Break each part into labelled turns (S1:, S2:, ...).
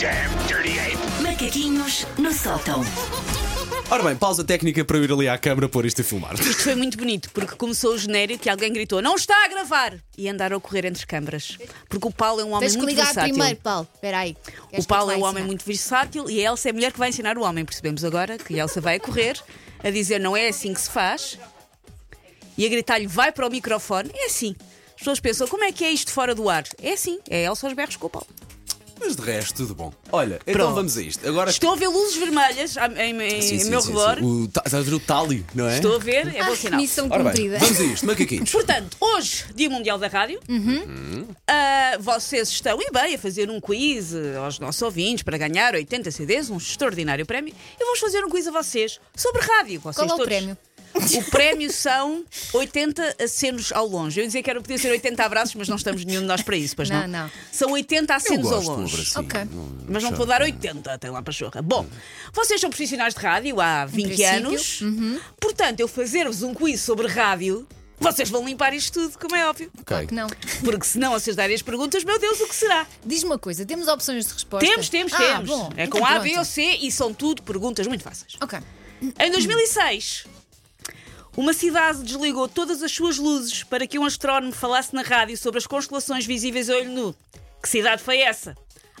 S1: damn dirty ape!
S2: Macaquinhos no sótão.
S3: Ora bem, pausa técnica para eu ir ali à câmara pôr isto a filmar.
S4: Isto foi muito bonito, porque começou o genérico e alguém gritou: Não está a gravar! E andaram a correr entre câmaras. Porque o Paulo é um homem
S5: Tens que
S4: muito
S5: ligar
S4: versátil.
S5: primeiro, Paulo. Espera aí.
S4: O Paulo é um homem muito versátil e a Elsa é a mulher que vai ensinar o homem. Percebemos agora que a Elsa vai a correr, a dizer não é assim que se faz e a gritar-lhe vai para o microfone. É assim. As pessoas pensam como é que é isto fora do ar? É assim. É a Elsa aos berros com o Paulo.
S3: Mas de resto, tudo bom. Olha, então
S4: Pronto.
S3: vamos a isto. Agora
S4: Estou a ver luzes vermelhas a- em, em-
S3: Sim,
S4: em
S3: sim,
S4: meu
S3: sim,
S4: redor.
S3: sim. O ta- Estás a ver o talio, não é?
S4: Estou a ver,
S5: Ah,
S4: é bom sinal.
S5: Missão
S3: Ora bem,
S5: cumprida.
S3: vamos a isto, macaquinhos.
S4: Portanto, hoje, Dia Mundial da Rádio,
S3: Uhum.
S4: Ah, vocês estão, e bem, a fazer um quiz eh, aos nossos ouvintes para ganhar 80 CDs, um extraordinário prémio. Eu vou fazer um quiz a vocês sobre rádio. Vocês
S5: Qual é o
S4: todos.
S5: prémio?
S4: O prémio são 80 acenos ao longe. Eu ia dizer que era, podia ser 80 abraços, mas não estamos nenhum de nós para isso, pois não?
S5: Não, não.
S4: São 80
S3: Eu
S4: acenos ao
S3: gosto de um
S4: longe.
S3: abracinho.
S5: Ok.
S4: Mas não vou dar 80, até lá para a chorra. Bom, vocês são profissionais de rádio há 20
S5: princípio. Uhum.
S4: anos, portanto, eu fazer-vos um quiz sobre rádio, vocês vão limpar isto tudo, como é óbvio.
S3: Ok.
S5: Não.
S4: Porque se não vocês darem as perguntas, meu Deus, o que será?
S5: Diz-me uma coisa, temos opções de resposta?
S4: Temos, temos,
S5: ah,
S4: temos.
S5: Bom.
S4: é
S5: Então
S4: com A,
S5: pronto.
S4: B ou C e são tudo perguntas muito fáceis.
S5: Ok.
S4: Em 2006, uma cidade desligou todas as suas luzes para que um astrónomo falasse na rádio sobre as constelações visíveis a olho nu. Que cidade foi essa?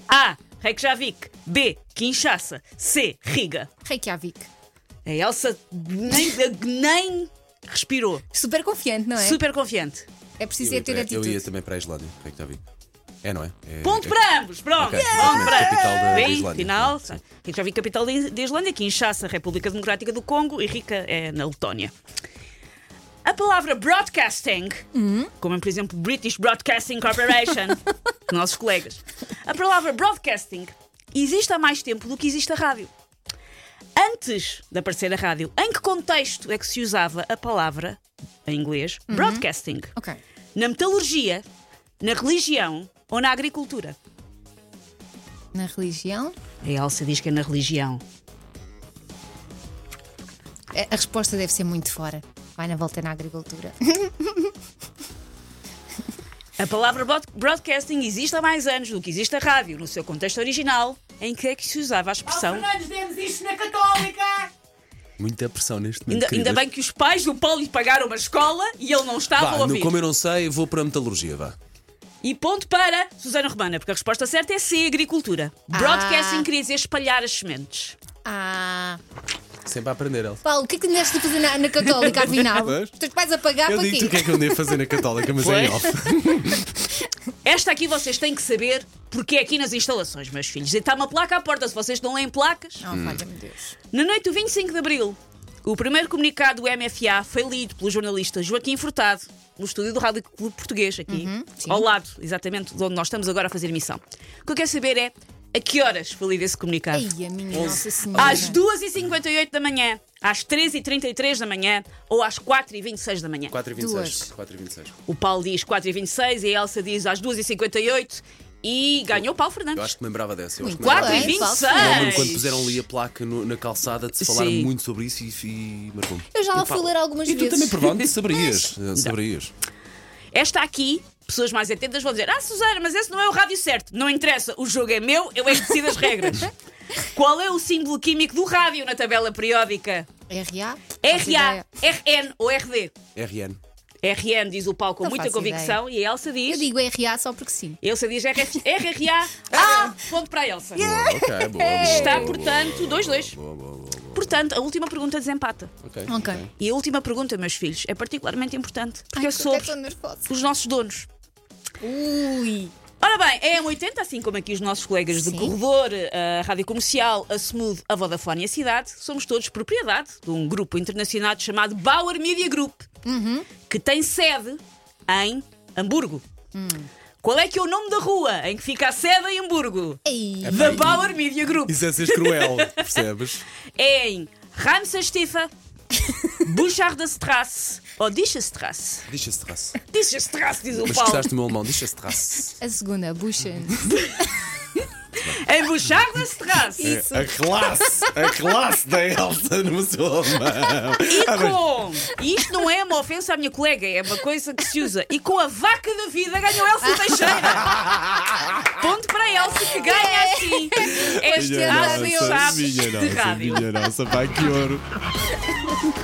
S4: A. Reykjavik. B. Kinshasa. C. Riga.
S5: Reykjavik.
S4: A Elsa nem, nem respirou.
S5: Super confiante, não é?
S4: Super confiante.
S5: É preciso
S3: Eu
S5: é
S3: ia
S5: ter
S3: para- Eu
S5: atitude.
S3: ia também para a Islândia. O que é que está a vir? É, não é? É-
S4: Ponto
S3: é-
S4: para ambos, pronto.
S3: Ok,
S4: Ponto
S3: exatamente,
S4: para
S3: capital da- da
S4: Bem,
S3: Islândia.
S4: final.
S3: Sim.
S4: Eu já vi capital da Is- da Islândia, que inchaça a República Democrática do Congo e rica é na Letónia. A palavra broadcasting, como por exemplo British Broadcasting Corporation, nossos colegas. A palavra broadcasting existe há mais tempo do que existe a rádio. Antes de aparecer a rádio, em que contexto é que se usava a palavra, em inglês, broadcasting?
S5: Ok.
S4: Na metalurgia, na religião ou na agricultura?
S5: Na religião,
S4: A Elsa diz que é na religião.
S5: a- a resposta deve ser muito fora. Vai na volta na agricultura.
S4: A palavra broad- broadcasting existe há mais anos do que existe a rádio, no seu contexto original, em que é que se usava a expressão.
S3: Muita pressão neste momento.
S4: Ainda, ainda
S3: queridas.
S4: bem que os pais do Paulo lhe pagaram uma escola e ele não estava
S3: Vá,
S4: a
S3: no-
S4: ouvir.
S3: como eu não sei, vou para a metalurgia, vá.
S4: E ponto para Susana Romana, porque a resposta certa é C, agricultura. Broadcasting queria dizer espalhar as sementes.
S5: Ah.
S3: Sempre a aprender, Elsa.
S5: Paulo, o que é que andaste a fazer na, na Católica, afinal?
S3: Pois.
S5: Os teus pais a pagar
S3: Eu
S5: para
S3: digo-te o que
S5: quê?
S3: é que eu andei a fazer na Católica, mas é
S4: Tá Pois.
S3: em off.
S4: Esta aqui vocês têm que saber porque é aqui nas instalações, meus filhos. E está uma placa à porta, se vocês não leem placas.
S5: Oh,
S3: Hum.
S5: falha-me Deus.
S4: Na noite do 25 de Abril, o primeiro comunicado do MFA foi lido pelo jornalista Joaquim Furtado, no estúdio do Rádio Clube Português, aqui, ao lado, exatamente, de onde nós estamos agora a fazer emissão. O que eu quero saber é a que horas foi lido esse comunicado?
S5: Ai, a minha Nossa Senhora.
S4: Às 2h58 da manhã, às 13h33 da manhã ou às 4h26 da manhã?
S3: 4h26. 4h26.
S4: O Paulo diz 4h26 e a Elsa diz às 2h58 e ganhou o Paulo
S3: Eu
S4: Fernandes.
S3: acho que me lembrava dessa. Eu acho que me lembrava dessa.
S4: 4
S5: bem,
S4: e
S5: Paulo
S4: 26
S5: Fernandes.
S3: Lembro-me quando puseram ali a placa no- na calçada de se falar
S4: Sim.
S3: muito sobre isso e, e marcou-me.
S5: Eu já lá
S3: E, pá,
S5: fui ler algumas
S3: E tu
S5: vezes.
S3: também provavelmente saberias. eh, Saberias.
S4: Esta aqui, pessoas mais atentas vão dizer: Ah, Susana, mas esse não é o rádio certo. Não interessa, o jogo é meu, eu é que decido as regras. Qual é o símbolo químico do rádio na tabela periódica?
S5: RA? Faço
S4: RA,
S5: ideia.
S4: RN ou RD?
S3: RN.
S4: RN, diz o Paulo com
S5: Não
S4: muita
S5: faço
S4: convicção, e a Elsa
S5: Eu
S4: diz.
S5: digo RA só porque sim.
S4: Elsa diz RF, RRA. Ah, ponto para a Elsa.
S3: Boa, ok, boa, boa.
S4: Está,
S3: boa,
S4: portanto, 2-2.
S3: Boa, boa, boa. boa.
S4: Portanto, a última pergunta desempata.
S3: Ok.
S5: Ok.
S4: E a última pergunta, meus filhos, é particularmente importante, porque
S5: Ai,
S4: é
S5: estou até
S4: sobre
S5: tão nervosa.
S4: os nossos donos.
S5: Ui.
S4: Ora bem, é em 80, assim como aqui os nossos colegas
S5: Sim.
S4: do Corredor, eh, a Rádio Comercial, a Smooth, a Vodafone e a Cidade, somos todos propriedade de um grupo internacional chamado Bauer Media Group,
S5: Uhum.
S4: que tem sede em Hamburgo.
S5: Hum.
S4: Qual é que é o nome da rua em que fica a sede em Hamburgo?
S5: Ei.
S4: Da Bauer Media Group.
S3: Isso é ser cruel, percebes?
S4: É em Ramsestefa, Buchardastrasse ou Dichestrasse?
S3: Deixa-se terraço.
S4: Dichestrasse, diz o
S3: Mas
S4: Paulo.
S3: gostaste do meu alemão, deixa-se terraço.
S5: A segunda, Buchan.
S4: Em Buchardas Terrace.
S5: Isso.
S3: É, A classe, a classe da Elsa no seu mão.
S4: E com. E isto não é uma ofensa à minha colega, é uma coisa que se usa. E com a vaca da vida ganhou Elsa Teixeira. Ponto para Elsa que
S3: É.
S4: ganha assim. Este
S5: nossa,
S4: rádio sabes
S3: minha
S4: de
S3: nossa,
S4: rádio.
S3: minha nossa, vai que ouro.